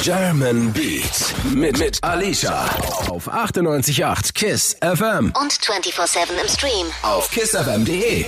German Beats mit, mit Alicia auf 98.8 KISS FM und 24-7 im Stream. auf kissfm.de.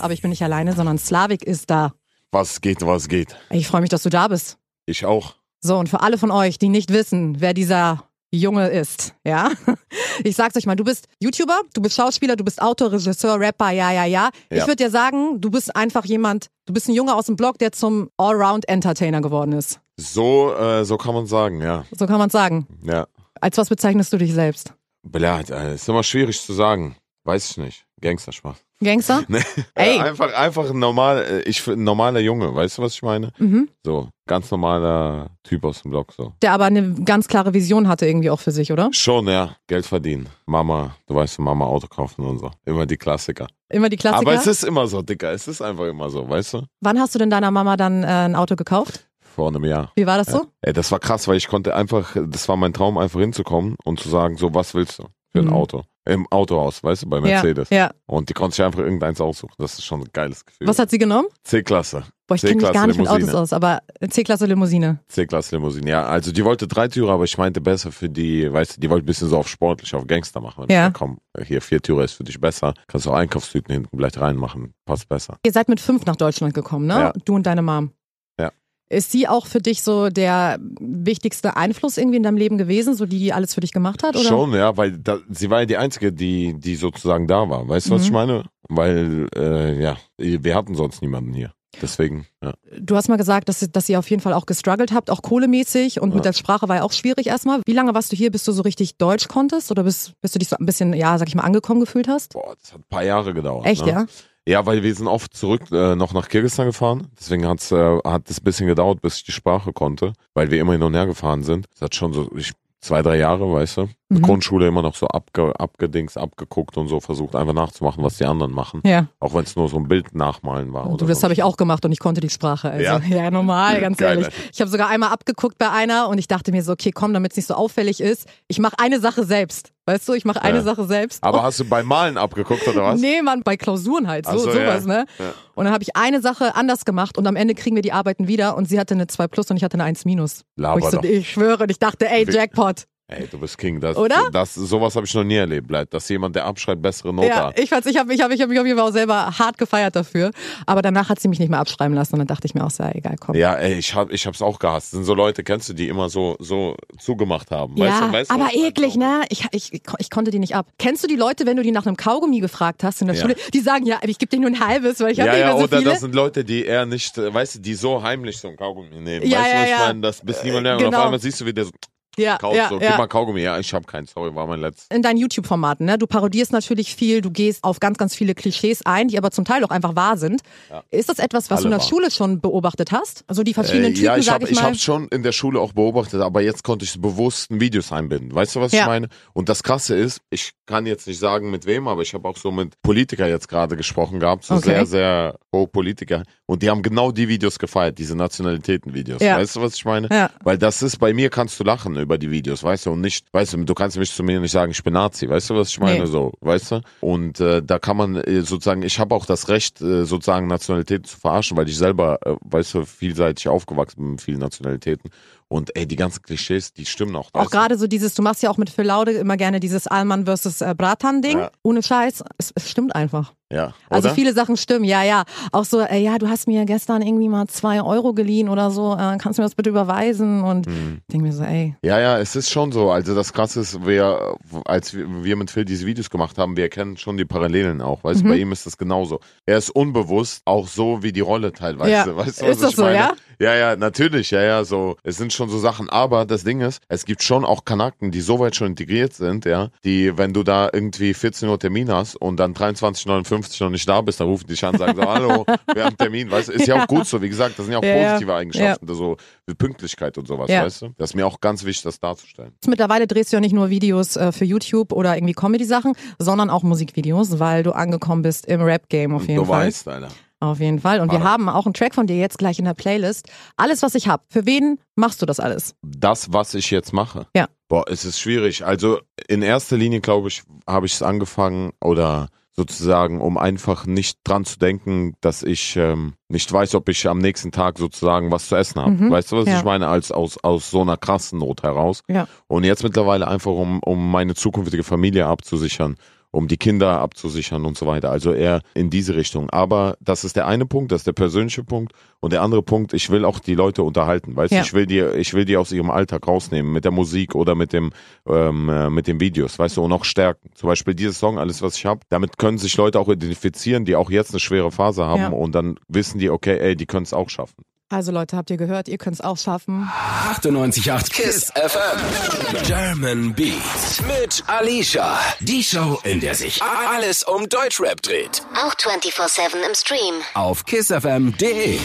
Aber ich bin nicht alleine, sondern Slavik ist da. Was geht, was geht. Ich freue mich, dass du da bist. Ich auch. So, und für alle von euch, die nicht wissen, wer dieser Junge ist, ja? Ich sag's euch mal, du bist YouTuber, du bist Schauspieler, du bist Autor, Regisseur, Rapper, ja, ja, ja. Ich Ja. würde dir sagen, du bist einfach jemand, du bist ein Junge aus dem Blog, der zum Allround-Entertainer geworden ist. So, äh, so kann man sagen, ja. So kann man sagen. Ja. Als was bezeichnest du dich selbst? Bläht, äh, ist immer schwierig zu sagen. Weiß ich nicht. Gangsterspaß. Gangster? Nee. Ey. Äh, einfach, einfach ein normal, äh, ich, ein normaler Junge, weißt du, was ich meine? Mhm. So, ganz normaler Typ aus dem Block, so. Der aber eine ganz klare Vision hatte irgendwie auch für sich, oder? Schon, ja. Geld verdienen. Mama, du weißt, Mama Auto kaufen und so. Immer die Klassiker. Immer die Klassiker. Aber es ist immer so, Dicker. Es ist einfach immer so, weißt du? Wann hast du denn deiner Mama dann äh, ein Auto gekauft? Vor einem Jahr. Wie war das so? Ey, das war krass, weil ich konnte einfach, das war mein Traum, einfach hinzukommen und zu sagen, so, was willst du für ein Mhm. Auto? Im Autohaus, weißt du, bei Mercedes. Ja, ja. Und die konnte ich einfach irgendeins aussuchen. Das ist schon ein geiles Gefühl. Was hat sie genommen? C-Klasse. Boah, ich kenne mich C-Klasse gar nicht mit Autos Limousine. aus, aber C-Klasse Limousine. C-Klasse Limousine. Ja, also die wollte drei Türe, aber ich meinte besser für die, weißt du, die wollte ein bisschen so auf sportlich, auf Gangster machen. Und Ja. ich sag, komm, hier vier Türe ist für dich besser. Kannst du auch Einkaufstüten hinten vielleicht reinmachen. Passt besser. Ihr seid mit fünf nach Deutschland gekommen, ne? Ja. Du und deine Mom. Ja. Ist sie auch für dich so der wichtigste Einfluss irgendwie in deinem Leben gewesen, so die, die alles für dich gemacht hat? Oder? Schon, ja, weil da, sie war ja die Einzige, die, die sozusagen da war. Weißt du, was Mhm. ich meine? Weil, äh, ja, wir hatten sonst niemanden hier. Deswegen, ja. Du hast mal gesagt, dass, dass ihr auf jeden Fall auch gestruggelt habt, auch kohlemäßig und mit Ja. der Sprache war ja auch schwierig erstmal. Wie lange warst du hier, bis du so richtig Deutsch konntest oder bis, bis du dich so ein bisschen, ja, sag ich mal, angekommen gefühlt hast? Boah, das hat ein paar Jahre gedauert. Echt, ne? ja? Ja, weil wir sind oft zurück äh, noch nach Kirgisistan gefahren. Deswegen hat's, äh, hat es ein bisschen gedauert, bis ich die Sprache konnte, weil wir immer hin und her gefahren sind. Das hat schon so ich, zwei, drei Jahre, weißt du. Mhm. Grundschule immer noch so abge, abgedings, abgeguckt und so, versucht einfach nachzumachen, was die anderen machen. Ja. Oh, Auch wenn es nur so ein Bild nachmalen war. Du, oder das so. habe ich auch gemacht und ich konnte die Sprache. Also, ja. Ja? normal, ganz Geil, ne? ehrlich. Alter. Ich habe sogar einmal abgeguckt bei einer und ich dachte mir so, okay, komm, damit es nicht so auffällig ist, ich mache eine Sache selbst. Weißt du, ich mache eine Ja. Sache selbst. Oh, Aber hast du bei Malen abgeguckt oder was? Nee, Mann, bei Klausuren halt, so, Ach so, sowas, ja. ne? Ja. Und dann habe ich eine Sache anders gemacht und am Ende kriegen wir die Arbeiten wieder und sie hatte eine 2 plus und ich hatte eine 1 minus. Wo ich, Laber so, doch. ich schwöre, und ich dachte, ey, Wie- Jackpot. Ey, du bist King. Das, Oder? Das, sowas habe ich noch nie erlebt, bleibt, dass jemand, der abschreibt, bessere Note Ja, hat. ich, fand's- ich habe ich hab, ich hab mich auf jeden Fall auch selber hart gefeiert dafür. Aber danach hat sie mich nicht mehr abschreiben lassen und dann dachte ich mir auch, so, ja, egal, komm. Ja, ey, ich hab, ich hab's auch gehasst. Sind so Leute, kennst du, die immer so, so zugemacht haben. Weißt ja, du, weißt du, aber was ich meine? eklig, ne? Ich, ich, ich konnte die nicht ab. Kennst du die Leute, wenn du die nach einem Kaugummi gefragt hast in der Ja. Schule, die sagen, ja, ich gebe dir nur ein halbes, weil ich habe Ja, nicht ja, mehr so oder viele. das sind Leute, die eher nicht, äh, weißt du, die so heimlich so ein Kaugummi nehmen. Ja, weißt du, ja, was ja. ich meine? Das bis niemand lernt. Und genau. auf einmal siehst du, wie der so ja, kaut, ja, so, gib ja. mal Kaugummi. Ja, ich hab keinen, sorry, war mein letztes. In deinen YouTube-Formaten, ne? Du parodierst natürlich viel, du gehst auf ganz, ganz viele Klischees ein, die aber zum Teil auch einfach wahr sind. Ist das etwas, was Alle du in der wahr. Äh, Schule schon beobachtet hast? Also die verschiedenen Typen, ja, ich sag habe ich mal. hab's schon in der Schule auch beobachtet, aber jetzt konnte ich es bewusst in Videos einbinden. Weißt du, was Ja. ich meine? Und das Krasse ist, ich kann jetzt nicht sagen mit wem, aber ich habe auch so mit Politiker jetzt gerade gesprochen gehabt, so Okay. sehr, sehr hohe Politiker. Und die haben genau die Videos gefeiert, diese Nationalitäten-Videos. Ja. Weißt du, was ich meine? Ja. Weil das ist, bei mir kannst du lachen über die Videos, weißt du, und nicht, weißt du, du kannst mich zu mir nicht sagen, ich bin Nazi, weißt du, was ich meine, Nee. so, weißt du? Und äh, da kann man äh, sozusagen, ich habe auch das Recht, äh, sozusagen Nationalitäten zu verarschen, weil ich selber, äh, weißt du, vielseitig aufgewachsen bin mit vielen Nationalitäten. Und ey, die ganzen Klischees, die stimmen auch. Auch weißt du? gerade so dieses, du machst ja auch mit Phil Laude immer gerne dieses Alman versus äh, Bratan-Ding. Ja. Ohne Scheiß. Es, es stimmt einfach. Ja, Also oder? viele Sachen stimmen, ja, ja. Auch so, äh, ja, du hast mir gestern irgendwie mal zwei Euro geliehen oder so, äh, kannst du mir das bitte überweisen? Und Mhm. ich denke mir so, ey, Ja, ja, es ist schon so. Also das Krasse ist, wir, als wir wir mit Phil diese Videos gemacht haben, wir erkennen schon die Parallelen auch. Mhm. Weißt du, bei ihm ist das genauso. Er ist unbewusst auch so wie die Rolle teilweise. Ja. Weißt du, was Ist das ich so, meine? ja? Ja, ja, natürlich, ja, ja, so. Es sind schon so Sachen. Aber das Ding ist, es gibt schon auch Kanaken, die so weit schon integriert sind, ja, die, wenn du da irgendwie 14 Uhr Termin hast und dann 23,59 noch nicht da bist, dann rufen die dich an und sagen so, hallo, wir haben Termin, weißt du, ist ja. Ja. auch gut so. Wie gesagt, das sind ja auch Ja, ja. positive Eigenschaften, so wie Pünktlichkeit und sowas, Ja. weißt du? Das ist mir auch ganz wichtig, das darzustellen. mittlerweile drehst du ja nicht nur Videos äh, für YouTube oder irgendwie Comedy-Sachen, sondern auch Musikvideos, weil du angekommen bist im Rap-Game auf jeden du Fall. weißt, Alter. Auf jeden Fall. Und wir Warte. haben auch einen Track von dir jetzt gleich in der Playlist. Alles, was ich hab. Für wen machst du das alles? Das, was ich jetzt mache. Ja. Boah, es ist schwierig. Also in erster Linie, glaube ich, habe ich es angefangen oder sozusagen, um einfach nicht dran zu denken, dass ich ähm, nicht weiß, ob ich am nächsten Tag sozusagen was zu essen habe. Mhm. Weißt du, was Ja. ich meine? Als aus, aus so einer krassen Not heraus. Ja. Und jetzt mittlerweile einfach, um, um meine zukünftige Familie abzusichern, um die Kinder abzusichern und so weiter. Also eher in diese Richtung. Aber das ist der eine Punkt, das ist der persönliche Punkt. Und der andere Punkt, ich will auch die Leute unterhalten. Weißt du, Ja. ich will die, ich will die aus ihrem Alltag rausnehmen, mit der Musik oder mit dem, ähm, äh, mit den Videos, weißt du, und auch stärken. Zum Beispiel dieses Song, alles was ich habe, damit können sich Leute auch identifizieren, die auch jetzt eine schwere Phase haben Ja. und dann wissen die, okay, ey, die können es auch schaffen. Also Leute, habt ihr gehört, ihr könnt es auch schaffen. 98.8 KISS FM. German Beats mit Alicia. Die Show, in der sich alles um Deutschrap dreht. Auch 24-7 im Stream. Auf kissfm.de.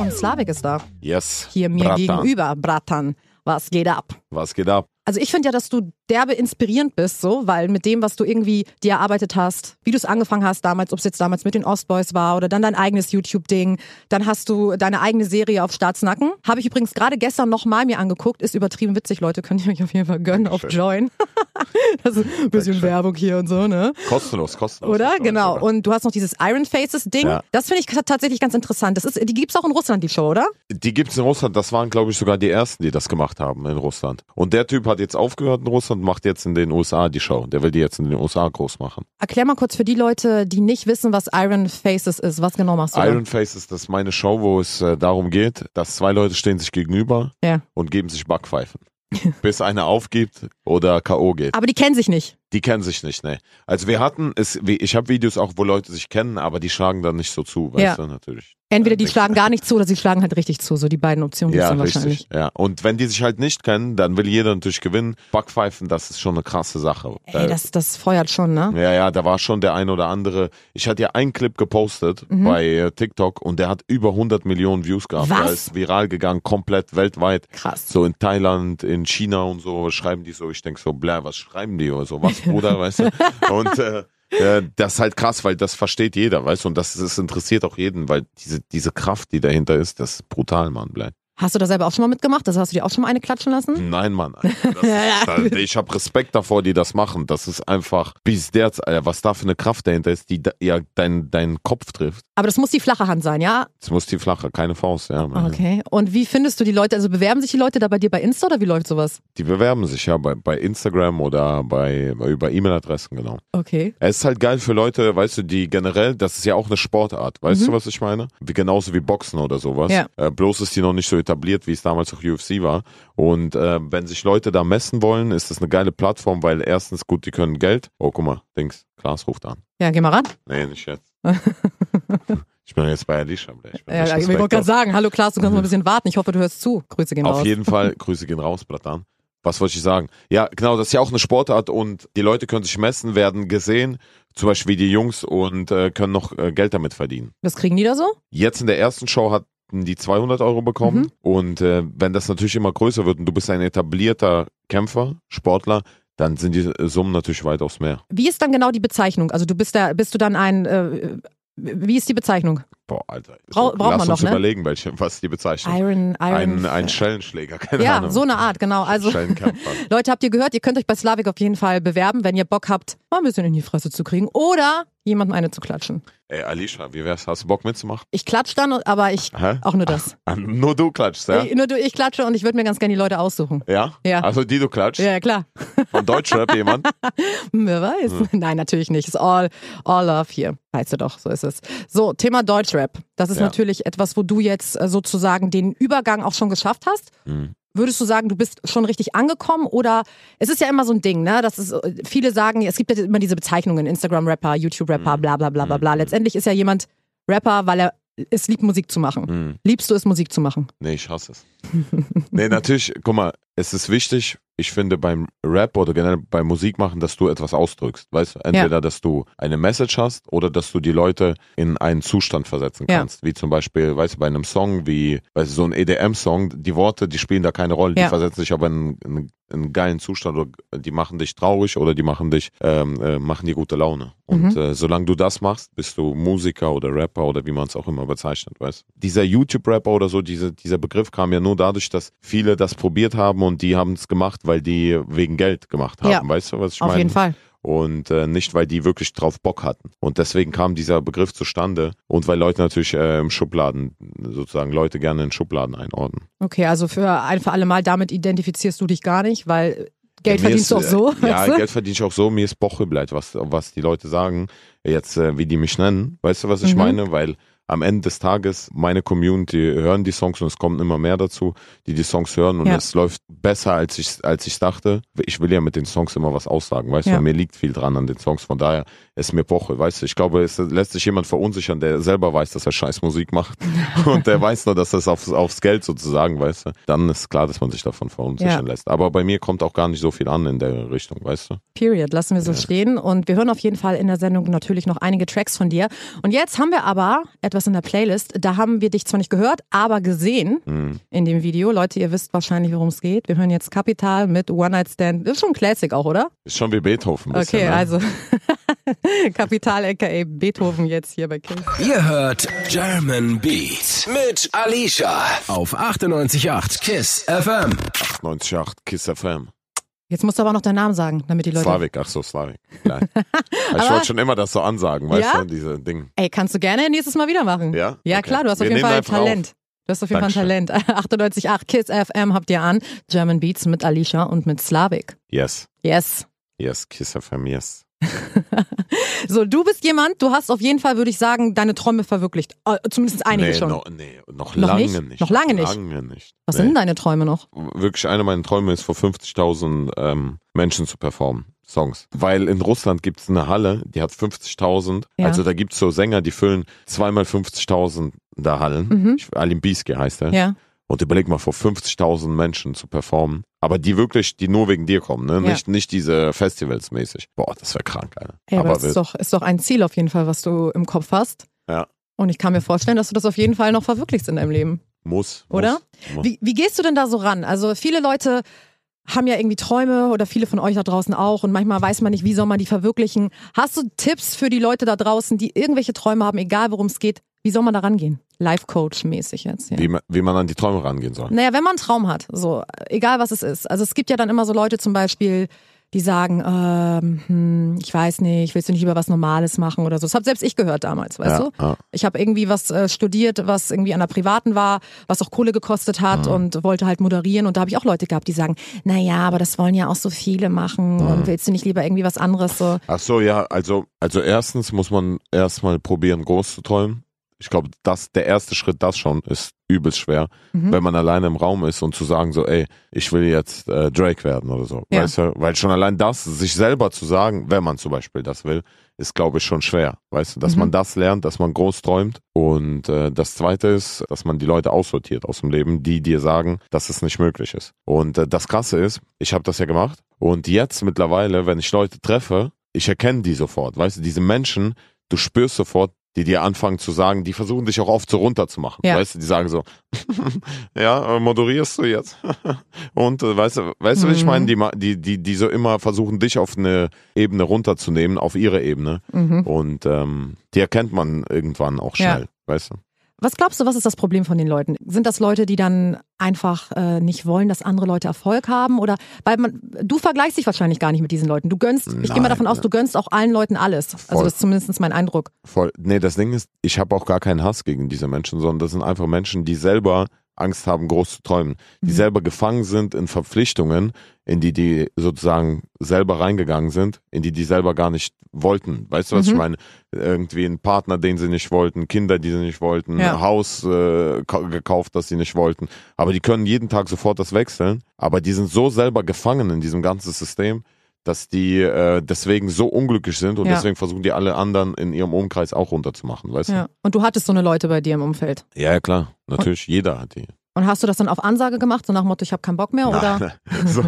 Und Slavik ist da. Yes. Hier mir Bratan. gegenüber, Bratan. Was geht ab? Was geht ab? Also ich finde ja, dass du derbe inspirierend bist, so, weil mit dem, was du irgendwie dir erarbeitet hast, wie du es angefangen hast damals, ob es jetzt damals mit den Ostboys war oder dann dein eigenes YouTube-Ding, dann hast du deine eigene Serie auf Staatsnacken. Habe ich übrigens gerade gestern nochmal mir angeguckt, ist übertrieben witzig, Leute, könnt ihr euch auf jeden Fall gönnen auf Join. das ist ein bisschen Werbung hier und so, ne? Kostenlos, kostenlos. Oder? kostenlos Genau. sogar. Und du hast noch dieses Iron Faces-Ding. Ja. Das finde ich t- tatsächlich ganz interessant. Das ist, die gibt's auch in Russland, die Show, oder? Die gibt's in Russland, das waren, glaube ich, sogar die ersten, die das gemacht haben in Russland. Und der Typ hat jetzt aufgehört in Russland, macht jetzt in den USA die Show. Der will die jetzt in den USA groß machen. Erklär mal kurz für die Leute, die nicht wissen, was Iron Faces ist. Was genau machst du? da? Iron Faces, das ist meine Show, wo es äh, darum geht, dass zwei Leute stehen sich gegenüber Ja. und geben sich Backpfeifen. Bis einer aufgibt oder K.O. geht. Aber die kennen sich nicht. Die kennen sich nicht, ne. Also wir hatten, es, wie- ich habe Videos auch, wo Leute sich kennen, aber die schlagen dann nicht so zu, weißt Ja. du, natürlich. Entweder die Nix. schlagen gar nicht zu oder sie schlagen halt richtig zu. So die beiden Optionen gibt's Ja, dann richtig. wahrscheinlich. Ja. Und wenn die sich halt nicht kennen, dann will jeder natürlich gewinnen. Backpfeifen, das ist schon eine krasse Sache. Ey, Äh, das, das feuert schon, ne? ja, ja, da war schon der ein oder andere. Ich hatte ja einen Clip gepostet Mhm. bei äh, TikTok und der hat über 100 Millionen Views gehabt. Was? Der ist viral gegangen, komplett weltweit. Krass. So in Thailand, in China und so schreiben die so. Ich denke so, bla, was schreiben die oder so? Was, Bruder, weißt du? Und äh, äh, das ist halt krass, weil das versteht jeder, weißt du? Und das, das interessiert auch jeden, weil diese, diese Kraft, die dahinter ist, das ist brutal, Mann, bleib. Hast du da selber auch schon mal mitgemacht? Also hast du dir auch schon mal eine klatschen lassen? Nein, Mann. Alter, Das ist, da- ich habe Respekt davor, die das machen. Das ist einfach, bis der, Alter, was da für eine Kraft dahinter ist, die da, ja deinen deinen Kopf trifft. Aber das muss die flache Hand sein, ja? Jetzt muss die flache, keine Faust, ja. Mann. Okay. Und wie findest du die Leute? Also bewerben sich die Leute da bei dir bei Insta oder wie läuft sowas? Die bewerben sich ja bei, bei Instagram oder bei, bei über E-Mail-Adressen, genau. Okay. Es ist halt geil für Leute, weißt du, die generell, das ist ja auch eine Sportart, weißt du, was ich meine? Wie, genauso wie Boxen oder sowas. Mhm. Ja. Äh, bloß ist die noch nicht so etabliert, wie es damals auch UFC war. Und äh, wenn sich Leute da messen wollen, ist das eine geile Plattform, weil erstens, gut, die können Geld. Oh, guck mal, Dings, Klaas ruft an. Ja, geh mal ran. Nee, nicht jetzt. ich bin jetzt bei Alicia, Blair. ich bin Ja, nicht ich wollte gerade respektlos. sagen, hallo Klaas, du kannst mal ein bisschen warten. Ich hoffe, du hörst zu. Grüße gehen Mhm. Auf raus. jeden Fall, Grüße gehen raus, Bratan. Was wollte ich sagen? Ja, genau, das ist ja auch eine Sportart und die Leute können sich messen, werden gesehen, zum Beispiel wie die Jungs und äh, können noch äh, Geld damit verdienen. Das kriegen die da so? Jetzt in der ersten Show hatten die 200 Euro bekommen Mhm. und äh, wenn das natürlich immer größer wird und du bist ein etablierter Kämpfer, Sportler, dann sind die äh, Summen natürlich weitaus mehr. Wie ist dann genau die Bezeichnung? Also du bist da, bist du dann ein, äh, wie ist die Bezeichnung? Boah, Alter. Brau- braucht man Lass uns noch, ne? überlegen, welche, was die Bezeichnung. Iron, Iron. Ein, ein Schellenschläger, keine ja, Ahnung. so eine Art, genau. Also Schellenkämpfer. Leute, habt ihr gehört, ihr könnt euch bei Slavik auf jeden Fall bewerben, wenn ihr Bock habt, mal ein bisschen in die Fresse zu kriegen oder jemandem eine zu klatschen. Ey, Alicia, wie wär's? Hast du Bock mitzumachen? Ich klatsch dann, aber ich Hä? auch nur das. Ah, Nur du klatschst, ja? Ich, nur du, ich klatsche und ich würde mir ganz gerne die Leute aussuchen. Ja? Ja. Also die du klatschst? Ja, ja, klar. Von Deutschrap jemand? Hm, Wer weiß. Nein, natürlich nicht. Ist all, all love hier. Weißt du doch, so ist es. So, Thema Deutschrap. Das ist Ja. natürlich etwas, wo du jetzt äh, sozusagen den Übergang auch schon geschafft hast. Hm, Würdest du sagen, du bist schon richtig angekommen oder es ist ja immer so ein Ding, ne? Das ist, äh, viele sagen, es gibt ja immer diese Bezeichnungen, Instagram-Rapper, Mhm. YouTube-Rapper, bla bla bla bla bla. Letztendlich ist ja jemand Rapper, weil er es liebt, Musik zu Mhm. machen. Liebst du es, Musik zu machen? hm. Nee, ich hasse es. nee, natürlich, guck mal, es ist wichtig, ich finde beim Rap oder generell beim Musik machen, dass du etwas ausdrückst. Weißt du, entweder, dass du eine Message hast oder dass du die Leute in einen Zustand versetzen Ja. kannst. Wie zum Beispiel, weißt du, bei einem Song wie, weißt du, so ein EDM-Song, die Worte, die spielen da keine Rolle, Ja. die versetzen dich aber in, in, in einen geilen Zustand oder die machen dich traurig oder die machen dich, ähm, äh, machen dir gute Laune. Und Mhm. äh, solange du das machst, bist du Musiker oder Rapper oder wie man es auch immer bezeichnet, weißt du. Dieser YouTube-Rapper oder so, diese, dieser Begriff kam ja nur dadurch, dass viele das probiert haben und die haben es gemacht, weil die wegen Geld gemacht haben. Ja. Weißt du, was ich Auf meine? jeden Fall. und äh, nicht, weil die wirklich drauf Bock hatten. Und deswegen kam dieser Begriff zustande und weil Leute natürlich äh, im Schubladen, sozusagen Leute gerne in Schubladen einordnen. Okay, also für ein für alle Mal, damit identifizierst du dich gar nicht, weil Geld Ja, mir verdienst du auch ist, so. äh, Ja, weißt du? Geld verdiene ich auch so. Mir ist Bochebleid, was, was die Leute sagen, jetzt äh, wie die mich nennen. Weißt du, was ich Mhm. meine? Weil am Ende des Tages, meine Community hören die Songs und es kommen immer mehr dazu, die die Songs hören und Ja. es läuft besser, als ich, als ich dachte. Ich will ja mit den Songs immer was aussagen, weißt Ja. du, mir liegt viel dran an den Songs, von daher ist mir Boche, weißt du. Ich glaube, es lässt sich jemand verunsichern, der selber weiß, dass er scheiß Musik macht und der weiß nur, dass das aufs, aufs Geld sozusagen, weißt du. Dann ist klar, dass man sich davon verunsichern Ja. lässt. Aber bei mir kommt auch gar nicht so viel an in der Richtung, weißt du. Period, lassen wir so stehen. Und wir hören auf jeden Fall in der Sendung natürlich noch einige Tracks von dir. Und jetzt haben wir aber etwas in der Playlist. Da haben wir dich zwar nicht gehört, aber gesehen Hm. in dem Video. Leute, ihr wisst wahrscheinlich, worum es geht. Wir hören jetzt Capital mit One Night Stand. Ist schon ein Classic auch, oder? Ist schon wie Beethoven. ein bisschen, Okay, ne? also Capital aka Beethoven jetzt hier bei Kiss. Ihr hört German Beats mit Alicia auf 98.8 KISS FM. 98 Kiss FM. Jetzt musst du aber noch deinen Namen sagen, damit die Leute. Slavik, ach so, Slavik. Klar. ich wollte schon immer das so ansagen, weißt Ja? du, diese Dinge. Ey, kannst du gerne nächstes Mal wieder machen. Ja? Ja, Okay. klar, du hast auf jeden Wir nehmen Fall einfach auf. Talent. Du hast auf jeden Fall Dankeschön. Talent. 98.8 Kiss FM habt ihr an. German Beats mit Alicia und mit Slavik. Yes, Yes. yes, Kiss FM, yes. So, du bist jemand, du hast auf jeden Fall, würde ich sagen, deine Träume verwirklicht. Äh, zumindest einige nee, schon. No, nee, noch, Noch lange nicht? nicht? Noch lange nicht? Lange nicht. Was nee. sind deine Träume noch? wirklich einer meiner Träume ist, vor 50.000 ähm, Menschen zu performen. Songs. Weil in Russland gibt es eine Halle, die hat 50.000. Ja. Also da gibt es so Sänger, die füllen zweimal 50.000 da Hallen. Mhm. Ich, Alimbiski heißt er. Ja. Und überleg mal, vor 50.000 Menschen zu performen. Aber die wirklich, die nur wegen dir kommen, ne? Nicht, nicht diese Festivals mäßig. Boah, das wäre krank, Alter. Ey, aber, aber das wild. ist doch, ist doch ein Ziel auf jeden Fall, was du im Kopf hast. Ja. Und ich kann mir vorstellen, dass du das auf jeden Fall noch verwirklichst in deinem Leben. muss. Oder? Muss, muss. Wie, wie gehst du denn da so ran? Also viele Leute haben ja irgendwie Träume oder viele von euch da draußen auch und manchmal weiß man nicht, wie soll man die verwirklichen. Hast du Tipps für die Leute da draußen, die irgendwelche Träume haben, egal worum es geht? Wie soll man da rangehen? Life-Coach-mäßig jetzt. Ja. Wie, man, wie man an die Träume rangehen soll. Naja, wenn man einen Traum hat, so, egal was es ist. Also es gibt ja dann immer so Leute zum Beispiel, die sagen, ähm, hm, ich weiß nicht, willst du nicht lieber was Normales machen oder so. Das habe selbst ich gehört damals, weißt Ja, du? ja. Ich habe irgendwie was äh, studiert, was irgendwie an der privaten war, was auch Kohle gekostet hat Ah. und wollte halt moderieren. Und da habe ich auch Leute gehabt, die sagen, naja, aber das wollen ja auch so viele machen Ah. und willst du nicht lieber irgendwie was anderes so. Ach so, ja, also, also erstens muss man erstmal probieren, groß zu träumen. Ich glaube, das, der erste Schritt, das schon, ist übelst schwer, Mhm. wenn man alleine im Raum ist und zu sagen so, ey, ich will jetzt äh, Drake werden oder so. Ja. Weißt du? Weil schon allein das, sich selber zu sagen, wenn man zum Beispiel das will, ist, glaube ich, schon schwer. Weißt du, Mhm. dass man das lernt, dass man groß träumt. Und äh, das Zweite ist, dass man die Leute aussortiert aus dem Leben, die dir sagen, dass es nicht möglich ist. Und äh, das Krasse ist, ich habe das ja gemacht. Und jetzt mittlerweile, wenn ich Leute treffe, ich erkenne die sofort. Weißt du, diese Menschen, du spürst sofort, die dir anfangen zu sagen, die versuchen dich auch oft so runterzumachen. Ja. Weißt du, die sagen so, ja, äh, moderierst du jetzt? Und äh, weißt du, weißt du, was ich Mhm. meine? Die, ma- die, die, die so immer versuchen, dich auf eine Ebene runterzunehmen, auf ihre Ebene. Mhm. Und ähm, die erkennt man irgendwann auch Ja. schnell, weißt du? Was glaubst du, was ist das Problem von den Leuten? Sind das Leute, die dann einfach äh, nicht wollen, dass andere Leute Erfolg haben? Oder weil man, du vergleichst dich wahrscheinlich gar nicht mit diesen Leuten. Du gönnst, ich gehe mal Nein, davon aus, ja. du gönnst auch allen Leuten alles. Also Voll. das ist zumindest mein Eindruck. Voll. Nee, das Ding ist, ich habe auch gar keinen Hass gegen diese Menschen, sondern das sind einfach Menschen, die selber Angst haben, groß zu träumen, die Mhm. selber gefangen sind in Verpflichtungen, in die die sozusagen selber reingegangen sind, in die die selber gar nicht wollten. Weißt du, was Mhm. ich meine? Irgendwie ein Partner, den sie nicht wollten, Kinder, die sie nicht wollten, Ja. ein Haus äh, ka- gekauft, das sie nicht wollten. Aber die können jeden Tag sofort das wechseln, aber die sind so selber gefangen in diesem ganzen System, dass die äh, deswegen so unglücklich sind und Ja. deswegen versuchen die alle anderen in ihrem Umkreis auch runterzumachen, weißt Ja. Und du hattest so eine Leute bei dir im Umfeld. du? Ja, ja, klar. Natürlich, jeder hat die. Und hast du das dann auf Ansage gemacht, so nach dem Motto, ich habe keinen Bock mehr? Oder? so,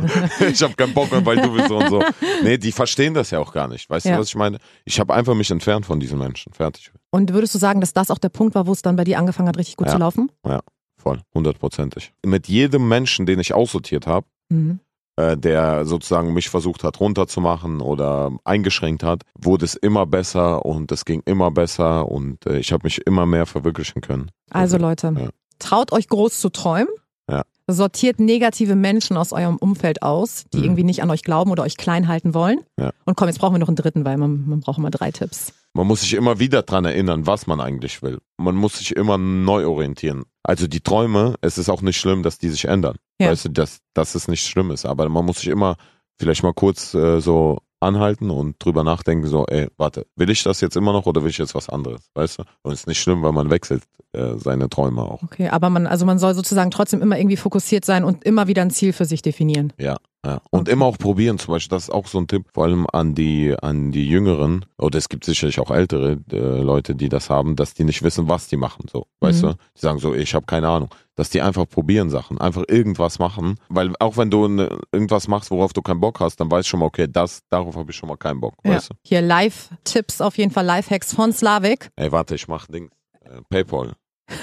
ich habe keinen Bock mehr, weil du bist so und so. Nee, die verstehen das ja auch gar nicht. Weißt Ja. du, was ich meine? Ich habe einfach mich entfernt von diesen Menschen. Fertig. Und würdest du sagen, dass das auch der Punkt war, wo es dann bei dir angefangen hat, richtig gut Ja. zu laufen? Voll, hundertprozentig. Mit jedem Menschen, den ich aussortiert habe, Mhm. äh, der sozusagen mich versucht hat runterzumachen oder eingeschränkt hat, wurde es immer besser und es ging immer besser und äh, ich habe mich immer mehr verwirklichen können. Also Leute, Ja. traut euch groß zu träumen. Ja. Sortiert negative Menschen aus eurem Umfeld aus, die irgendwie nicht an euch glauben oder euch klein halten wollen. Mhm. Ja. Und komm, jetzt brauchen wir noch einen dritten, weil man, man braucht immer drei Tipps. Man muss sich immer wieder dran erinnern, was man eigentlich will. Man muss sich immer neu orientieren. Also die Träume, es ist auch nicht schlimm, dass die sich ändern. Ja. Weißt du, dass, dass es nicht schlimm ist. Aber man muss sich immer vielleicht mal kurz äh, so anhalten und drüber nachdenken, so, ey, warte, will ich das jetzt immer noch oder will ich jetzt was anderes? Weißt du? Und es ist nicht schlimm, weil man wechselt äh, seine Träume auch. Okay, aber man, also man soll sozusagen trotzdem immer irgendwie fokussiert sein und immer wieder ein Ziel für sich definieren. Ja. Und immer auch probieren, zum Beispiel, das ist auch so ein Tipp, vor allem an die, an die Jüngeren, oder es gibt sicherlich auch ältere äh, Leute, die das haben, dass die nicht wissen, was die machen. So, weißt Mhm. du? Die sagen so, ich habe keine Ahnung. Dass die einfach probieren Sachen, einfach irgendwas machen. Weil auch wenn du ne, irgendwas machst, worauf du keinen Bock hast, dann weißt du schon mal, okay, das, darauf habe ich schon mal keinen Bock, Ja. weißt du? Hier Live-Tipps auf jeden Fall, Live-Hacks von Slavik. Ey, warte, ich mach Dings. Äh, Paypal.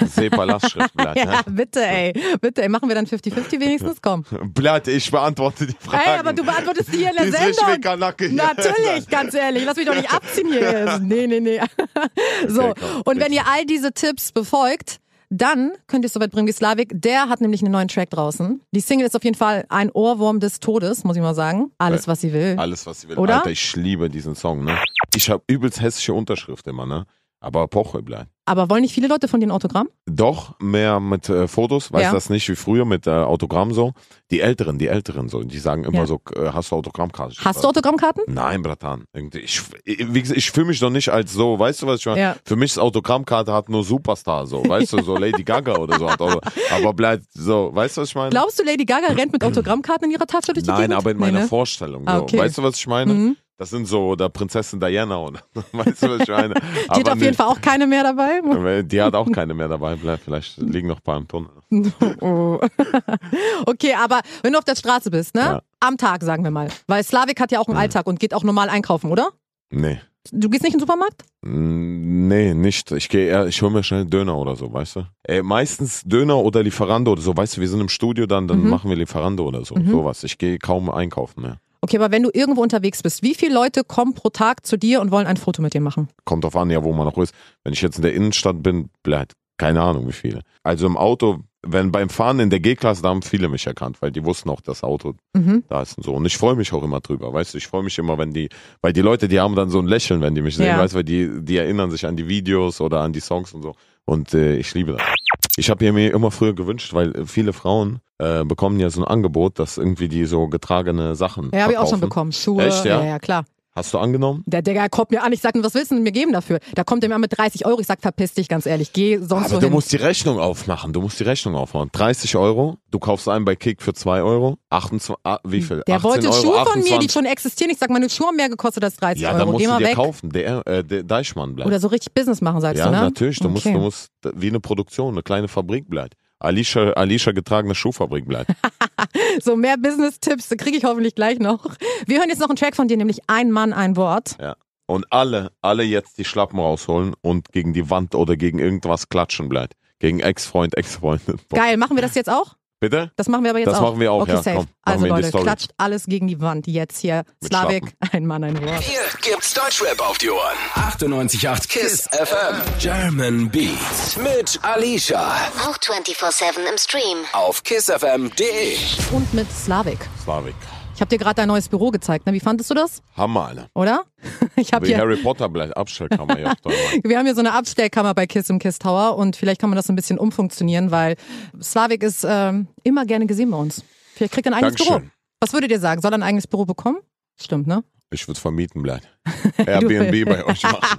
SEPA-Lastschriftblatt. Ja, ja. bitte, ey. Bitte, ey. Machen wir dann 50-50 wenigstens? Komm. Blatt, ich beantworte die Frage. Ey, aber du beantwortest die hier in der Sendung. Natürlich, ganz ehrlich. Lass mich doch nicht abziehen hier. Nee, nee, nee. So, komm, und wenn ihr all diese Tipps befolgt, dann könnt ihr es soweit bringen wie Slavik. Der hat nämlich einen neuen Track draußen. Die Single ist auf jeden Fall ein Ohrwurm des Todes, muss ich mal sagen. Alles, was sie will. Alles, was sie will. Hm? Oder? Alter, ich liebe diesen Song, ne? Ich habe übelst hässliche Unterschrift immer, ne? Aber Poche bleibt. Aber wollen nicht viele Leute von den Autogramm? Doch, mehr mit äh, Fotos, weiß Ja. das nicht, wie früher mit äh, Autogramm so. Die Älteren, die Älteren so, die sagen immer Ja. so, äh, hast du Autogrammkarte? Hast du Autogrammkarten? Nein, Bratan. Irgendwie, Ich, wie gesagt, ich fühle mich doch nicht als so, weißt du, was ich meine? Ja. Für mich ist Autogrammkarte hat nur Superstar, so, weißt du, so Lady Gaga oder so. Hat auch, aber bleibt so, weißt du, was ich meine? Glaubst du, Lady Gaga rennt mit Autogrammkarten in ihrer Tasche durch die Nein, Gegend? aber in Nee, meiner ne? Vorstellung. So. Ah, okay. Weißt du, was ich meine? Mhm. Das sind so oder Prinzessin Diana oder weißt du, was ich meine? Die hat auf ne- jeden Fall auch keine mehr dabei. Fall. Die hat auch keine mehr dabei. Vielleicht- Vielleicht liegen noch ein paar im Tunnel. Oh. Okay, aber wenn du auf der Straße bist, ne? Ja. Mhm. Am Tag, sagen wir mal. Weil Slavik hat ja auch einen Alltag und geht auch normal einkaufen, oder? Nee. Du gehst nicht in den Supermarkt? Mm, Nee, nicht. Ich gehe eher, ich hole mir schnell Döner oder so, weißt du? Äh, meistens Döner oder Lieferando oder so, weißt du, wir sind im Studio dann, dann Mhm. machen wir Lieferando oder so. Sowas. Ich gehe kaum einkaufen mehr. Okay, aber wenn du irgendwo unterwegs bist, wie viele Leute kommen pro Tag zu dir und wollen ein Foto mit dir machen? Kommt drauf an, ja, wo man noch ist. Wenn ich jetzt in der Innenstadt bin, bleibt keine Ahnung, wie viele. Also im Auto, wenn beim Fahren in der G-Klasse, da haben viele mich erkannt, weil die wussten auch, das Auto Mhm. da ist und so. Und ich freue mich auch immer drüber, weißt du, ich freue mich immer, wenn die, weil die Leute, die haben dann so ein Lächeln, wenn die mich sehen, Ja. weißt du, weil die, die erinnern sich an die Videos oder an die Songs und so. Und äh, ich liebe das. Ich habe mir immer früher gewünscht, weil äh, viele Frauen äh, bekommen ja so ein Angebot, dass irgendwie die so getragene Sachen. Ja, habe ich auch schon verkaufen. bekommen. Schuhe. Echt, ja? ja, ja, klar. Hast du angenommen? Der Digger kommt mir an, ich sag, ihm, was willst du denn mir geben dafür? Da kommt er mir an mit 30 Euro, ich sag, verpiss dich, ganz ehrlich, geh sonst Aber wohin. du musst die Rechnung aufmachen. Du musst die Rechnung aufmachen. 30 Euro, du kaufst einen bei Kick für 2 Euro. 28, ah, wie viel? Hm, der 18 wollte Euro, Schuhe von mir, die 28. schon existieren. Ich sag, meine Schuhe haben mehr gekostet als 30 Ja, Euro. dann musst Geh du mal dir weg. kaufen. Der, äh, der Deichmann bleibt. Oder so richtig Business machen, sagst ja, du, ne? natürlich. Du, musst, Okay. du musst d- wie eine Produktion, eine kleine Fabrik bleibt. Alicia, Alicia getragene Schuhfabrik bleibt. So, mehr Business-Tipps kriege ich hoffentlich gleich noch. Wir hören jetzt noch einen Track von dir, nämlich Ein Mann, ein Wort. Und alle, alle jetzt die Schlappen rausholen und gegen die Wand oder gegen irgendwas klatschen bleibt. Gegen Ex-Freund, Ex-Freundin. Geil, machen wir das jetzt auch? Bitte? Das machen wir aber jetzt Das auch. machen wir auch, okay, ja, safe. komm, machen also wir in die Leute, Story. klatscht alles gegen die Wand jetzt hier. Mit Slavik, ein Mann, ein Wort. Hier gibt's Deutschrap auf die Ohren. 98.8 KISS FM. German Beats. Mit Alicia. Auch 24-7 im Stream. Auf kissfm.de. Und mit Slavik. Slavik. Ich habe dir gerade dein neues Büro gezeigt. Ne? Wie fandest du das? Hammer, Alter. Oder? Ich habe Wie hier. Harry Potter bleibt. Abstellkammer, ja. toll, Mann. Wir haben hier so eine Abstellkammer bei Kiss im Kiss Tower und vielleicht kann man das ein bisschen umfunktionieren, weil Slavik ist ähm, immer gerne gesehen bei uns. Vielleicht kriegt er ein eigenes Dankeschön. Büro. Was würdet ihr sagen? Soll er ein eigenes Büro bekommen? Stimmt, ne? Ich würde vermieten bleiben. Airbnb bei euch machen.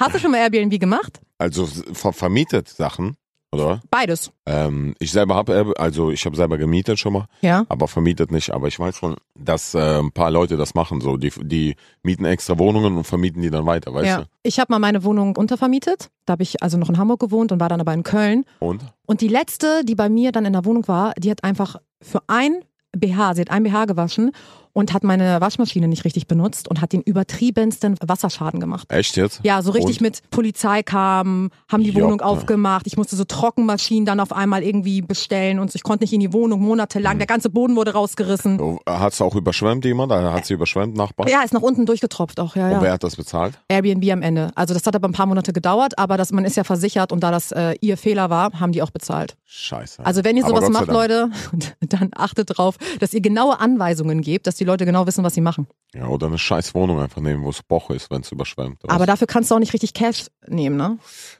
Hast du schon mal Airbnb gemacht? Also ver vermietet Sachen, oder? Beides. Ähm, ich selber habe, also ich habe selber gemietet schon mal, Ja. aber vermietet nicht. Aber ich weiß schon, dass äh, ein paar Leute das machen. So, die, die mieten extra Wohnungen und vermieten die dann weiter, weißt ja. Ich habe mal meine Wohnung untervermietet. Da habe ich also noch in Hamburg gewohnt und war dann aber in Köln. du? Und? Und die letzte, die bei mir dann in der Wohnung war, die hat einfach für ein BH, sie hat ein BH gewaschen und hat meine Waschmaschine nicht richtig benutzt und hat den übertriebensten Wasserschaden gemacht. Echt jetzt? Ja, so richtig Und? ne? mit Polizei kam, haben die Joppe. Wohnung aufgemacht. Ich musste so Trockenmaschinen dann auf einmal irgendwie bestellen und so. ich konnte nicht in die Wohnung monatelang. Der ganze Boden wurde rausgerissen. Mhm. Oh, Hat's auch überschwemmt jemand? Hat sie überschwemmt, Nachbar? Ja, ist nach unten durchgetropft auch, ja, ja. Und wer hat das bezahlt? Airbnb am Ende. Also das hat aber ein paar Monate gedauert, aber das, man ist ja versichert und da das äh, ihr Fehler war, haben die auch bezahlt. Scheiße. Also wenn ihr Aber sowas Gott sei macht, Dank. Leute, dann achtet drauf, dass ihr genaue Anweisungen gebt, dass die Leute genau wissen, was sie machen. Ja, oder eine scheiß Wohnung einfach nehmen, wo es Boch ist, wenn es überschwemmt. Aber dafür kannst du auch nicht richtig Cash nehmen, ne?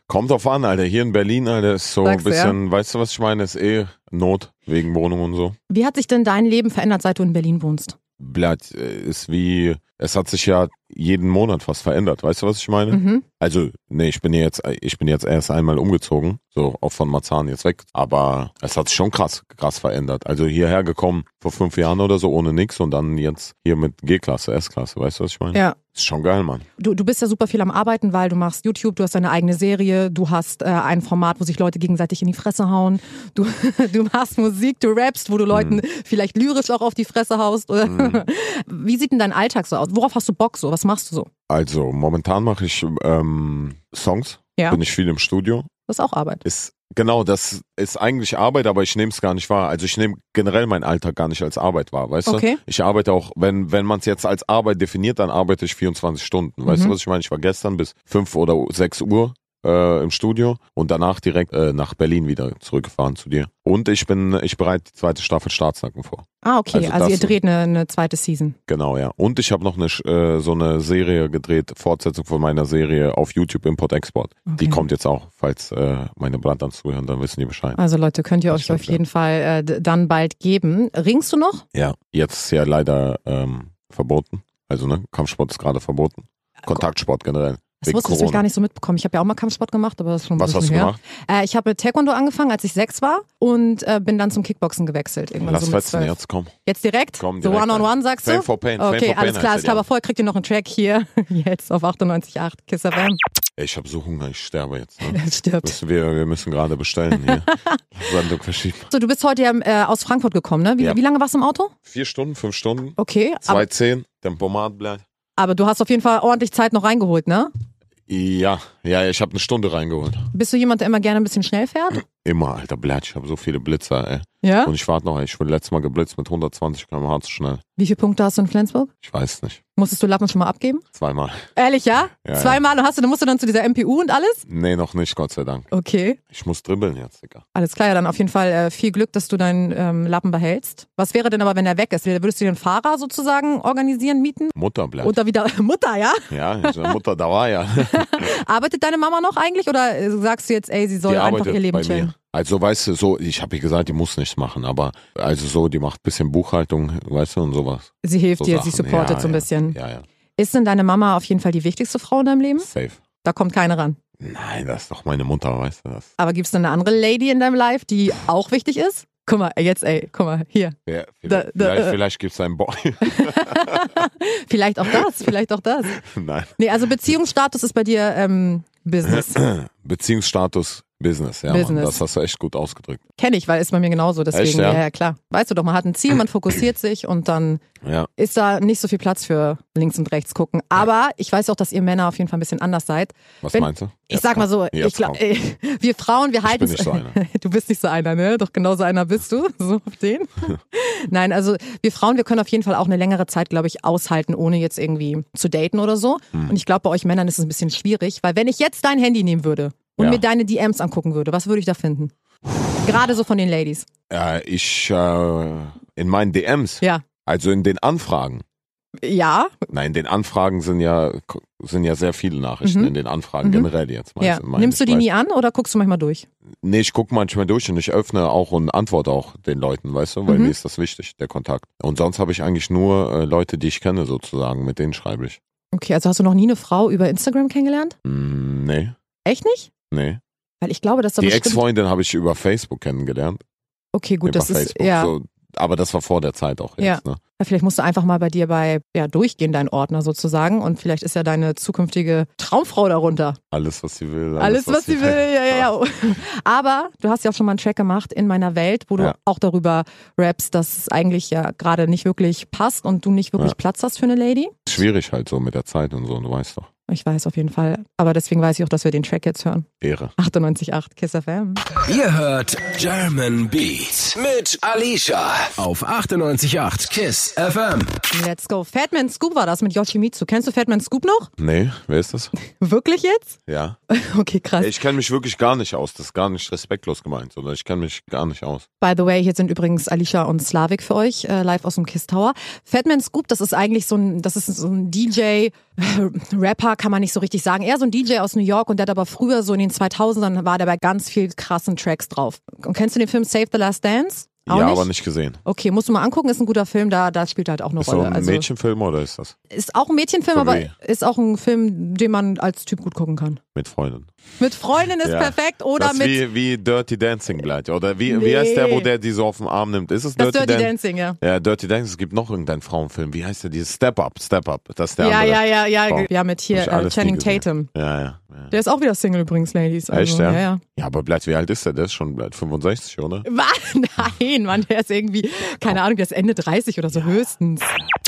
Kommt drauf an, Alter. Hier in Berlin, Alter, ist so ein Sagst du, bisschen, weißt du, was ich meine? Ist eh Not wegen Wohnung und so. Wie hat sich denn dein Leben verändert, seit du in Berlin wohnst? Blatt äh, ist wie, es hat sich ja jeden Monat was verändert. Weißt du, was ich meine? Mhm. Also, nee, ich bin jetzt, ich bin jetzt erst einmal umgezogen, so auch von Marzahn jetzt weg. Aber es hat sich schon krass, krass verändert. Also hierher gekommen vor fünf Jahren oder so ohne nix und dann jetzt hier mit G-Klasse, S-Klasse, weißt du, was ich meine? Ja. Ist schon geil, Mann. Du, du bist ja super viel am Arbeiten, weil du machst YouTube, du hast deine eigene Serie, du hast äh, ein Format, wo sich Leute gegenseitig in die Fresse hauen, du, du machst Musik, du rappst, Mhm. wo du Leuten vielleicht lyrisch auch auf die Fresse haust. Oder? Wie sieht denn dein Alltag so aus? Worauf hast du Bock so? Was machst du so? Also momentan mache ich ähm, Songs. Ja. Bin ich viel im Studio. Das ist auch Arbeit. Ist genau, das ist eigentlich Arbeit, aber ich nehme es gar nicht wahr. Also ich nehme generell meinen Alltag gar nicht als Arbeit wahr, weißt Okay. du? Ich arbeite auch, wenn wenn man es jetzt als Arbeit definiert, dann arbeite ich 24 Stunden. Weißt Mhm. du, was ich meine? Ich war gestern bis 5 oder 6 Uhr äh, im Studio und danach direkt äh, nach Berlin wieder zurückgefahren zu dir. Und ich bin, ich bereite die zweite Staffel Staatsnacken vor. Ah, okay. Also Also, ihr das- dreht eine, eine zweite Season. Genau, ja. Und ich habe noch eine, Sch- äh, so eine Serie gedreht, Fortsetzung von meiner Serie auf YouTube Import-Export. Die Okay. kommt jetzt auch, falls äh, meine Brand dann zuhören, dann wissen die Bescheid. Also Leute, könnt ihr Das euch stimmt, auf jeden Fall äh, d- dann bald geben. Ringst du noch? Ja. Jetzt ist ja leider ähm, verboten. Also, ne, Kampfsport ist gerade verboten. Kontaktsport generell. Äh, Das Wegen wusste ich das hab ich Corona. gar nicht so mitbekommen. Ich habe ja auch mal Kampfsport gemacht, aber das ist schon ein Was hast du bisschen her. gemacht? Äh, ich habe mit Taekwondo angefangen, als ich sechs war und äh, bin dann zum Kickboxen gewechselt. Irgendwann Lass so mit fetzen zwölf. jetzt, komm. Jetzt direkt? Komm, so direkt, one on Alter. one sagst Fame du? for pain, Fame Okay, for pain alles klar. heißt Ich habe ja. vorher kriegt ihr noch einen Track hier jetzt auf 98.8 Kiss FM. Ey, ich habe so Hunger, ich sterbe jetzt. Ne? Stirbt. Müssen wir, wir müssen gerade bestellen hier. Sendung verschieben. So, du bist heute ja äh, aus Frankfurt gekommen, ne? Wie, Ja. wie lange warst du im Auto? Vier Stunden, fünf Stunden, Okay, aber, 2,10, Tempomat bleibt. aber du hast auf jeden Fall ordentlich Zeit noch reingeholt, ne? Ja, ja, ich habe eine Stunde reingeholt. Bist du jemand, der immer gerne ein bisschen schnell fährt? Immer, alter Blatt, ich habe so viele Blitzer, ey. Ja? Und ich warte noch, ey. ich wurde letztes Mal geblitzt mit 120 km/h zu schnell. Wie viele Punkte hast du in Flensburg? Ich weiß nicht. Musstest du Lappen schon mal abgeben? Zweimal. Ehrlich, ja? Ja, ja. Zweimal und hast du, dann musst du dann zu dieser MPU und alles? Nee, noch nicht, Gott sei Dank. Okay. Ich muss dribbeln jetzt, Digga. Alles klar, ja, dann auf jeden Fall äh, viel Glück, dass du deinen ähm, Lappen behältst. Was wäre denn aber, wenn er weg ist? Würdest du den Fahrer sozusagen organisieren, mieten? Mutter bleibt. Oder wieder Mutter, ja? ja, ich- Mutter da war ja. Arbeitet deine Mama noch eigentlich oder äh, sagst du jetzt, ey, sie soll die einfach arbeitet ihr Leben bei chillen? mir. Also weißt du, so, ich habe ihr gesagt, die muss nichts machen, aber also so, die macht bisschen Buchhaltung, weißt du, und sowas. Sie hilft So dir, Sachen. sie supportet ja, so ein ja. bisschen. Hm? Ja, ja. Ist denn deine Mama auf jeden Fall die wichtigste Frau in deinem Leben? Safe. Da kommt keine ran. Nein, das ist doch meine Mutter, weißt du das. Aber gibt's denn eine andere Lady in deinem Life, die auch wichtig ist? Guck mal, jetzt, ey, guck mal, hier. Ja, Da- da- vielleicht, vielleicht, äh. vielleicht gibt's einen Boy. Vielleicht auch das, vielleicht auch das. Nein. Nee, also Beziehungsstatus ist bei dir ähm, Business. Beziehungsstatus Business, ja. Mann, Business. das hast du echt gut ausgedrückt. Kenne ich, weil ist bei mir genauso. Deswegen, Echt, ja? ja, ja, klar. Weißt du doch, man hat ein Ziel, man fokussiert sich und dann Ja. ist da nicht so viel Platz für links und rechts gucken. Aber ich weiß auch, dass ihr Männer auf jeden Fall ein bisschen anders seid. Was Wenn- meinst du? Ich sag mal so, ich Jetzt glaub, komm. äh, wir Frauen, wir halten bin nicht so einer. Du bist nicht so einer, ne? Doch genau so einer bist du, so auf den. Nein, also wir Frauen, wir können auf jeden Fall auch eine längere Zeit, glaube ich, aushalten, ohne jetzt irgendwie zu daten oder so. Hm. Und ich glaube, bei euch Männern ist es ein bisschen schwierig, weil wenn ich jetzt dein Handy nehmen würde und Ja. mir deine DMs angucken würde, was würde ich da finden? Gerade so von den Ladies. Äh, ich äh, in meinen DMs, Ja. also in den Anfragen. Ja, Nein, in den Anfragen sind ja sind ja sehr viele Nachrichten Mhm. in den Anfragen Mhm. generell jetzt. ja. meine- Nimmst du die meine- nie an oder guckst du manchmal durch? Nee, ich gucke manchmal durch und ich öffne auch und antworte auch den Leuten, weißt du, weil Mhm. mir ist das wichtig, der Kontakt. Und sonst habe ich eigentlich nur äh, Leute, die ich kenne sozusagen, mit denen schreibe ich. Okay, also hast du noch nie eine Frau über Instagram kennengelernt? Mm, nee, Echt nicht? nee. Weil ich glaube, dass da die bestimmt... Ex-Freundin habe ich über Facebook kennengelernt. Okay, gut, über das ist... Facebook. Ja. So, aber das war vor der Zeit auch Ja. jetzt. Ne? Ja, Vielleicht musst du einfach mal bei dir bei, ja, durchgehen, deinen Ordner sozusagen. Und vielleicht ist ja deine zukünftige Traumfrau darunter. Alles, was sie will. Alles, was sie will. Ja, ja, ja. Aber du hast ja auch schon mal einen Track gemacht in meiner Welt, wo du Ja. auch darüber rappst, dass es eigentlich ja gerade nicht wirklich passt und du nicht wirklich Ja. Platz hast für eine Lady. Schwierig halt so mit der Zeit und so, du weißt doch. Ich weiß auf jeden Fall. Aber deswegen weiß ich auch, dass wir den Track jetzt hören. Ehre. 98.8 Kiss FM. Ihr hört German Beat mit Alicia auf 98.8 Kiss FM. Let's go. Fatman Scoop war das mit Yoshimitsu. Kennst du Fatman Scoop noch? Nee, wer ist das? Wirklich jetzt? Ja. Okay, krass. Ich kenne mich wirklich gar nicht aus. Das ist gar nicht respektlos gemeint, sondern ich kenne mich gar nicht aus. By the way, hier sind übrigens Alicia und Slavik für euch, äh, live aus dem Kiss Tower. Fatman Scoop, das ist eigentlich so ein, das ist so ein DJ, Rapper kann man nicht so richtig sagen. Er ist so ein DJ aus New York und der hat aber früher so in den 2000ern war der bei ganz viel krassen Tracks drauf. Und kennst du den Film Save the Last Dance? Auch ja, nicht? aber nicht gesehen. Okay, musst du mal angucken, ist ein guter Film, da, da spielt er halt auch eine Ist so Rolle. ein also, Mädchenfilm oder ist das? Ist auch ein Mädchenfilm, For aber real. ist auch ein Film, den man als Typ gut gucken kann. Mit Freunden. Mit Freundin ist Ja. perfekt oder das ist mit wie, wie Dirty Dancing gleich. Oder wie, wie heißt der, wo Nee. der die so auf den Arm nimmt? Ist es das Dirty, Dirty Dan- Dancing, ja. Ja, Dirty Dancing. Es gibt noch irgendeinen Frauenfilm. Wie heißt der? Dieses Step Up. Step Up. Das ist der Ja, andere. ja, ja, ja, Wow. ja, mit Hab hier ich äh, alles nie Channing gesehen. Tatum. Ja, ja. ja. Der ist auch wieder Single übrigens, Ladies. Also, Echt, ja? Ja, ja. Ja, aber bleibt, wie alt ist der? Der ist schon bleibt 65, oder? Was? Nein, Mann, der ist irgendwie, keine Ahnung, der ist Ende 30 oder so höchstens.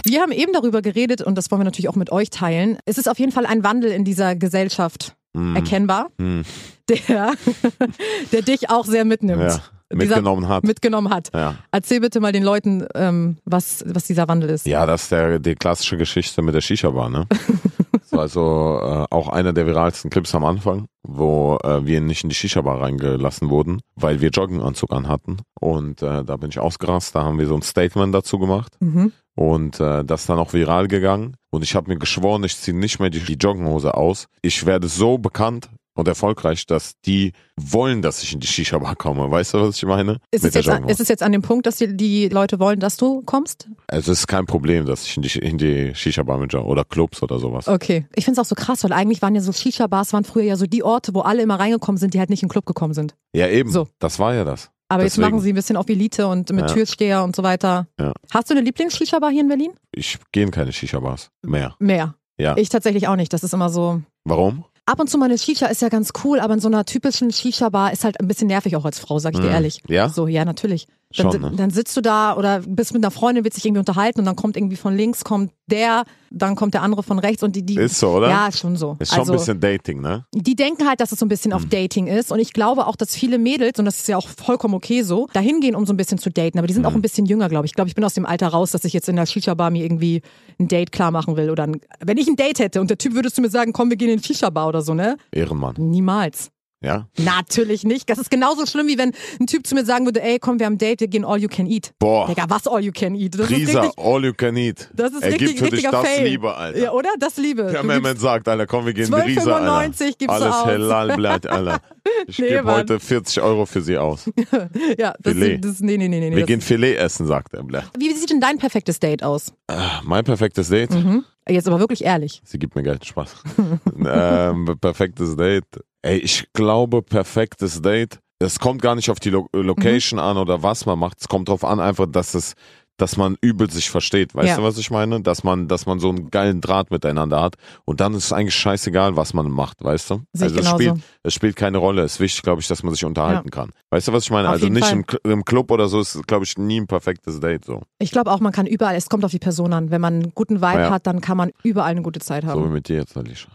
Wir haben eben darüber geredet und das wollen wir natürlich auch mit euch teilen. Es ist auf jeden Fall ein Wandel in dieser Gesellschaft erkennbar, Hm. der, der dich auch sehr mitnimmt. Ja. Mitgenommen hat. Mitgenommen hat. Ja. Erzähl bitte mal den Leuten, ähm, was, was dieser Wandel ist. Ja, das ist der, die klassische Geschichte mit der Shisha-Bar, ne? Das war also äh, auch einer der viralsten Clips am Anfang, wo äh, wir nicht in die Shisha-Bar reingelassen wurden, weil wir Joggenanzug anhatten. Und äh, da bin ich ausgerast, da haben wir so ein Statement dazu gemacht. Mhm. Und äh, das ist dann auch viral gegangen. Und ich habe mir geschworen, ich ziehe nicht mehr die, die Joggenhose aus. Ich werde so bekannt und erfolgreich, dass die wollen, dass ich in die Shisha-Bar komme. Weißt du, was ich meine? Ist, es jetzt an, ist es jetzt an dem Punkt, dass die, die Leute wollen, dass du kommst? Also es ist kein Problem, dass ich in die, in die Shisha-Bar mit Joggen oder Clubs oder sowas. Okay. Ich find's auch so krass, weil eigentlich waren ja so Shisha-Bars, waren früher ja so die Orte, wo alle immer reingekommen sind, die halt nicht in den Club gekommen sind. Ja, eben. So. Das war ja das. Aber jetzt Deswegen. machen sie ein bisschen auf Elite und mit Ja. Türsteher und so weiter. Ja. Hast du eine Lieblings-Shisha-Bar hier in Berlin? Ich gehe in keine Shisha-Bars mehr. Mehr. Ja. Ich tatsächlich auch nicht. Das ist immer so. Warum? Ab und zu mal eine Shisha ist ja ganz cool, aber in so einer typischen Shisha-Bar ist halt ein bisschen nervig auch als Frau, sag ich dir Mhm. ehrlich. Ja? So, ja, natürlich. Dann, Schon, si- ne? dann sitzt du da oder bist mit einer Freundin, willst dich irgendwie unterhalten und dann kommt irgendwie von links kommt der, dann kommt der andere von rechts und die, die. Ist so, oder? Hm. Ja, schon so. Ist schon also, ein bisschen Dating, ne? die denken halt, dass es so ein bisschen Mhm. auf Dating ist. Und ich glaube auch, dass viele Mädels, und das ist ja auch vollkommen okay so, dahin gehen, um so ein bisschen zu daten. Aber die sind Mhm. auch ein bisschen jünger, glaube ich. Ich glaube, ich bin aus dem Alter raus, dass ich jetzt in der Shisha-Bar mir irgendwie ein Date klar machen will. Oder ein, wenn ich ein Date hätte und der Typ würdest du mir sagen, komm, wir gehen in die Shisha-Bar oder so, ne? Ehrenmann. Niemals. Ja? Natürlich nicht. Das ist genauso schlimm, wie wenn ein Typ zu mir sagen würde, ey, komm, wir haben ein Date, wir gehen all you can eat. Boah. Digga, was all you can eat? Das ist Risa, richtig, all you can eat. das ist er richtig, gibt für dich richtiger das Fail. Liebe, Alter. Ja, oder? Das Liebe. Der Du Moment sagt, Alter, komm, wir gehen in die Risa, Alter. 12,95 gibst du Alles aus. hellal bleibt, Alter. Ich Nee, gebe Mann. heute 40 Euro für sie aus. gibst- ja, das, Filet. das, nee, nee, nee, nee. Wir das, gehen Filet essen, sagt er. bleibt. Wie sieht denn dein perfektes Date aus? Ah, Mein perfektes Date. Mhm. Jetzt aber wirklich ehrlich. Sie gibt mir Geld, Spaß. ähm, perfektes Date. Ey, ich glaube, perfektes Date. Es kommt gar nicht auf die Lo äh, Location an oder was man macht. Es kommt drauf an, einfach, dass es, dass man übel sich versteht. Weißt Ja. du, was ich meine? Dass man, dass man so einen geilen Draht miteinander hat. Und dann ist es eigentlich scheißegal, was man macht, weißt du? Also Sehe ich es genauso. spielt, es spielt keine Rolle. Es ist wichtig, glaube ich, dass man sich unterhalten kann. Weißt du, was ich meine? Auf also jeden nicht Fall. im, Cl- im Club oder so ist, glaube ich, nie ein perfektes Date. So, Ich glaube auch, man kann überall, es kommt auf die Person an. Wenn man einen guten Vibe Ja. hat, dann kann man überall eine gute Zeit so wie haben. mit dir jetzt, Alicia.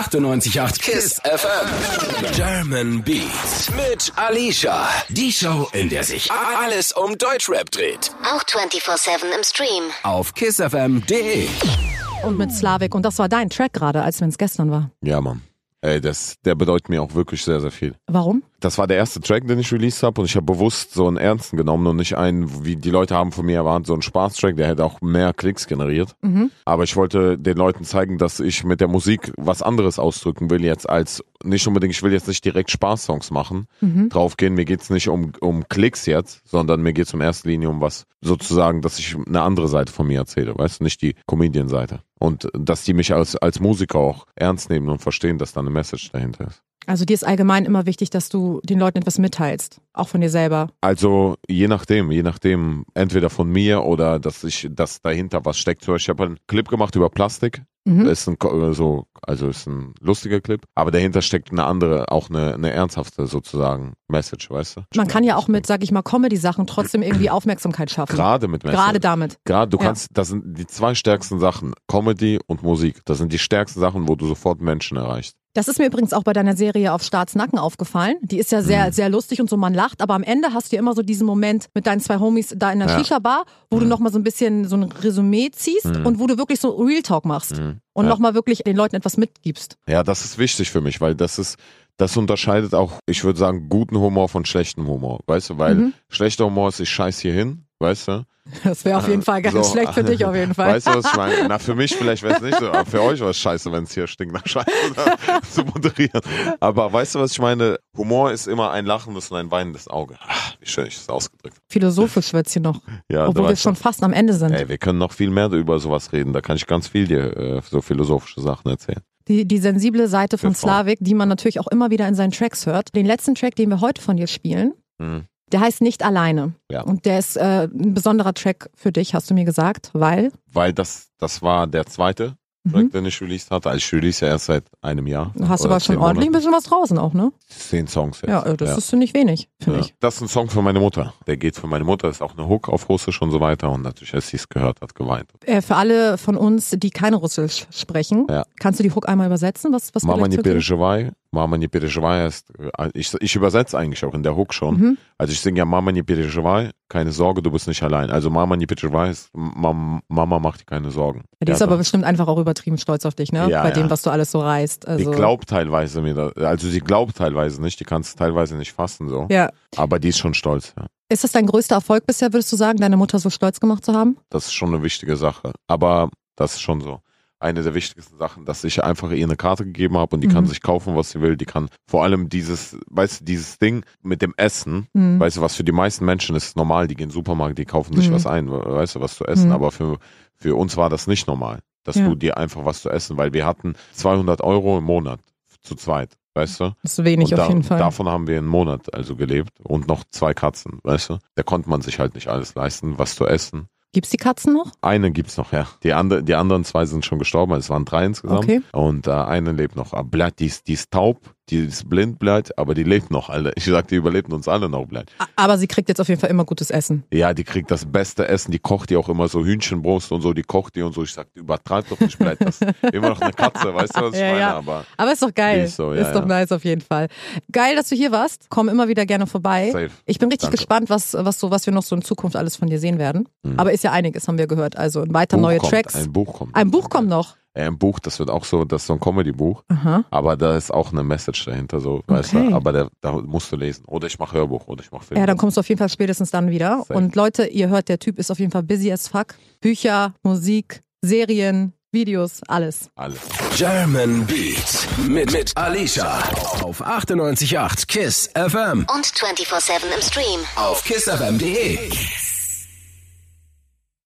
98.8 Kiss FM. German Beat mit Alicia. Die Show, in der sich a- alles um Deutschrap dreht. Auch 24-7 im Stream. Auf kissfm.de. Und mit Slavik. Und das war dein Track gerade, als wenn es gestern war. Ja, Mann. Ey, das, der bedeutet mir auch wirklich sehr, sehr viel. Warum? Das war der erste Track, den ich released habe und ich habe bewusst so einen ernsten genommen und nicht einen, wie die Leute haben von mir erwartet, so einen Spaßtrack, der hätte auch mehr Klicks generiert. Aber ich wollte den Leuten zeigen, dass ich mit der Musik was anderes ausdrücken will jetzt als nicht unbedingt, ich will jetzt nicht direkt Spaßsongs machen, draufgehen. Mir geht's nicht um, um Klicks jetzt, sondern mir geht's um erster Linie um was sozusagen, dass ich eine andere Seite von mir erzähle, weißt du, nicht die Comedian-Seite. Und dass die mich als, als Musiker auch ernst nehmen und verstehen, dass da eine Message dahinter ist. Also dir ist allgemein immer wichtig, dass du den Leuten etwas mitteilst, auch von dir selber. Also je nachdem, je nachdem, entweder von mir oder dass ich, dass dahinter was steckt. Zum Beispiel, ich habe einen Clip gemacht über Plastik. Mhm. Ist ein, Ko- äh, so, also ist ein lustiger Clip, aber dahinter steckt eine andere, auch eine, eine ernsthafte sozusagen Message, weißt du? Man kann ja auch mit, sag ich mal, Comedy-Sachen trotzdem irgendwie Aufmerksamkeit schaffen. gerade mit Message. Gerade damit. Gerade, du Ja. kannst, das sind die zwei stärksten Sachen, Comedy und Musik. Das sind die stärksten Sachen, wo du sofort Menschen erreichst. Das ist mir übrigens auch bei deiner Serie auf Staatsnacken aufgefallen. Die ist ja Mhm. sehr, sehr lustig und so, man lacht, aber am Ende hast du ja immer so diesen Moment mit deinen zwei Homies da in der Ja. Mhm. Shisha-Bar, wo du nochmal so ein bisschen so ein Resümee ziehst und wo du wirklich so Real Talk machst und Mhm. Ja. nochmal wirklich den Leuten etwas mitgibst. Ja, das ist wichtig für mich, weil das ist, das unterscheidet auch, ich würde sagen, guten Humor von schlechtem Humor, weißt du? Weil Mhm. schlechter Humor ist, ich scheiß hier hin, weißt du? Das wäre auf jeden Fall ganz So. schlecht für dich auf jeden Fall. Weißt du, was ich meine? Na, für mich vielleicht wäre es nicht so, aber für euch war es scheiße, wenn es hier stinkt nach Scheiße da zu moderieren. Aber weißt du, was ich meine? Humor ist immer ein lachendes und ein weinendes Auge. Ah, wie schön ich das ausgedrückt habe. Philosophisch wird's hier noch, Ja, du obwohl wir weißt schon fast am Ende sind. Ey, wir können noch viel mehr über sowas reden. Da kann ich ganz viel dir äh, so philosophische Sachen erzählen. Die, die sensible Seite von Genau. Slavik, die man natürlich auch immer wieder in seinen Tracks hört. Den letzten Track, den wir heute von dir spielen, Mhm. der heißt Nicht alleine. Ja. Und der ist äh, ein besonderer Track für dich, hast du mir gesagt, weil mhm. Weil das, das war der zweite Track, den ich released hatte. Also ich release ja erst seit einem Jahr. du hast Oder aber schon zehn ordentlich ein Monate. bisschen was draußen auch, ne? Zehn Songs jetzt. Ja, äh, das ist nicht wenig, finde Ja. ich. Das ist ein Song für meine Mutter. Der geht für meine Mutter, ist auch eine Hook auf Russisch und so weiter. Und natürlich, als sie es gehört hat, geweint. Äh, für alle von uns, die kein Russisch sprechen, Ja. kannst du die Hook einmal übersetzen? Was, was wir Mama gleich nie zu tun- переживай, Mama nie переживай ist, äh, ich, ich übersetze eigentlich auch in der Hook schon. Mhm. Also ich singe ja Mama nie переживай, keine Sorge, du bist nicht allein. Also Mama nie переживай ist, Mama, Mama macht dir keine Sorgen. ja, die ist Ja, aber bestimmt einfach auch übertrieben stolz auf dich, ne? Ja, Bei ja. dem, was du alles so reißt. Also, Die glaubt teilweise mir, da- also sie glaubt teilweise nicht, die kann es teilweise nicht fassen so. ja. Aber die ist schon stolz. Ja. Ist das dein größter Erfolg bisher, würdest du sagen, deine Mutter so stolz gemacht zu haben? Das ist schon eine wichtige Sache. Aber das ist schon so. Eine der wichtigsten Sachen, dass ich einfach ihr eine Karte gegeben habe und die Mhm. kann sich kaufen, was sie will. Die kann vor allem dieses, weißt du, dieses Ding mit dem Essen, Mhm. weißt du, was für die meisten Menschen ist normal. Die gehen in den Supermarkt, die kaufen sich Mhm. was ein, we- weißt du, was zu essen. Mhm. Aber für, für uns war das nicht normal, dass Ja. du dir einfach was zu essen, weil wir hatten 200 Euro im Monat zu zweit, weißt du? Das ist wenig und auf da- jeden Fall. Davon haben wir einen Monat also gelebt und noch zwei Katzen, weißt du? Da konnte man sich halt nicht alles leisten, was zu essen. Gibt's die Katzen noch? Eine gibt's noch, ja. Die, andere, die anderen zwei sind schon gestorben, es waren drei insgesamt. Okay. Und äh, eine lebt noch. Ah, Blatt, die ist, die ist taub, die ist blind, Blatt, aber die lebt noch, alle. Ich sag, die überlebt uns alle noch, Blatt. A- Aber sie kriegt jetzt auf jeden Fall immer gutes Essen. Ja, die kriegt das beste Essen, die kocht die auch immer so Hühnchenbrust und so, die kocht die und so. Ich sag, übertreib doch nicht, Blatt, das ist immer noch eine Katze, weißt du, was ich Ja, meine? ja. Aber Aber ist doch geil. Die ist so, ja, ist doch ja. nice auf jeden Fall. Geil, dass du hier warst. Komm immer wieder gerne vorbei. Safe. Ich bin richtig Danke. gespannt, was, was, so, was wir noch so in Zukunft alles von dir sehen werden. Aber ist ja einiges, haben wir gehört. Also weiter Mhm. Buch neue kommt, Tracks. Ein Buch kommt. Ein Buch kommt noch. Äh, ein Buch, das wird auch so, das ist so ein Comedy-Buch, Aha. aber da ist auch eine Message dahinter, so, weißt Okay. du, aber da, da musst du lesen. Oder ich mache Hörbuch oder ich mache Film. Ja, dann kommst du auf jeden Fall spätestens dann wieder. Genau. Safe. Und Leute, ihr hört, der Typ ist auf jeden Fall busy as fuck. Bücher, Musik, Serien, Videos, alles. Alles. German Beat mit, mit Alicia auf 98.8 KISS FM Und 24-7 im Stream. auf kissfm.de.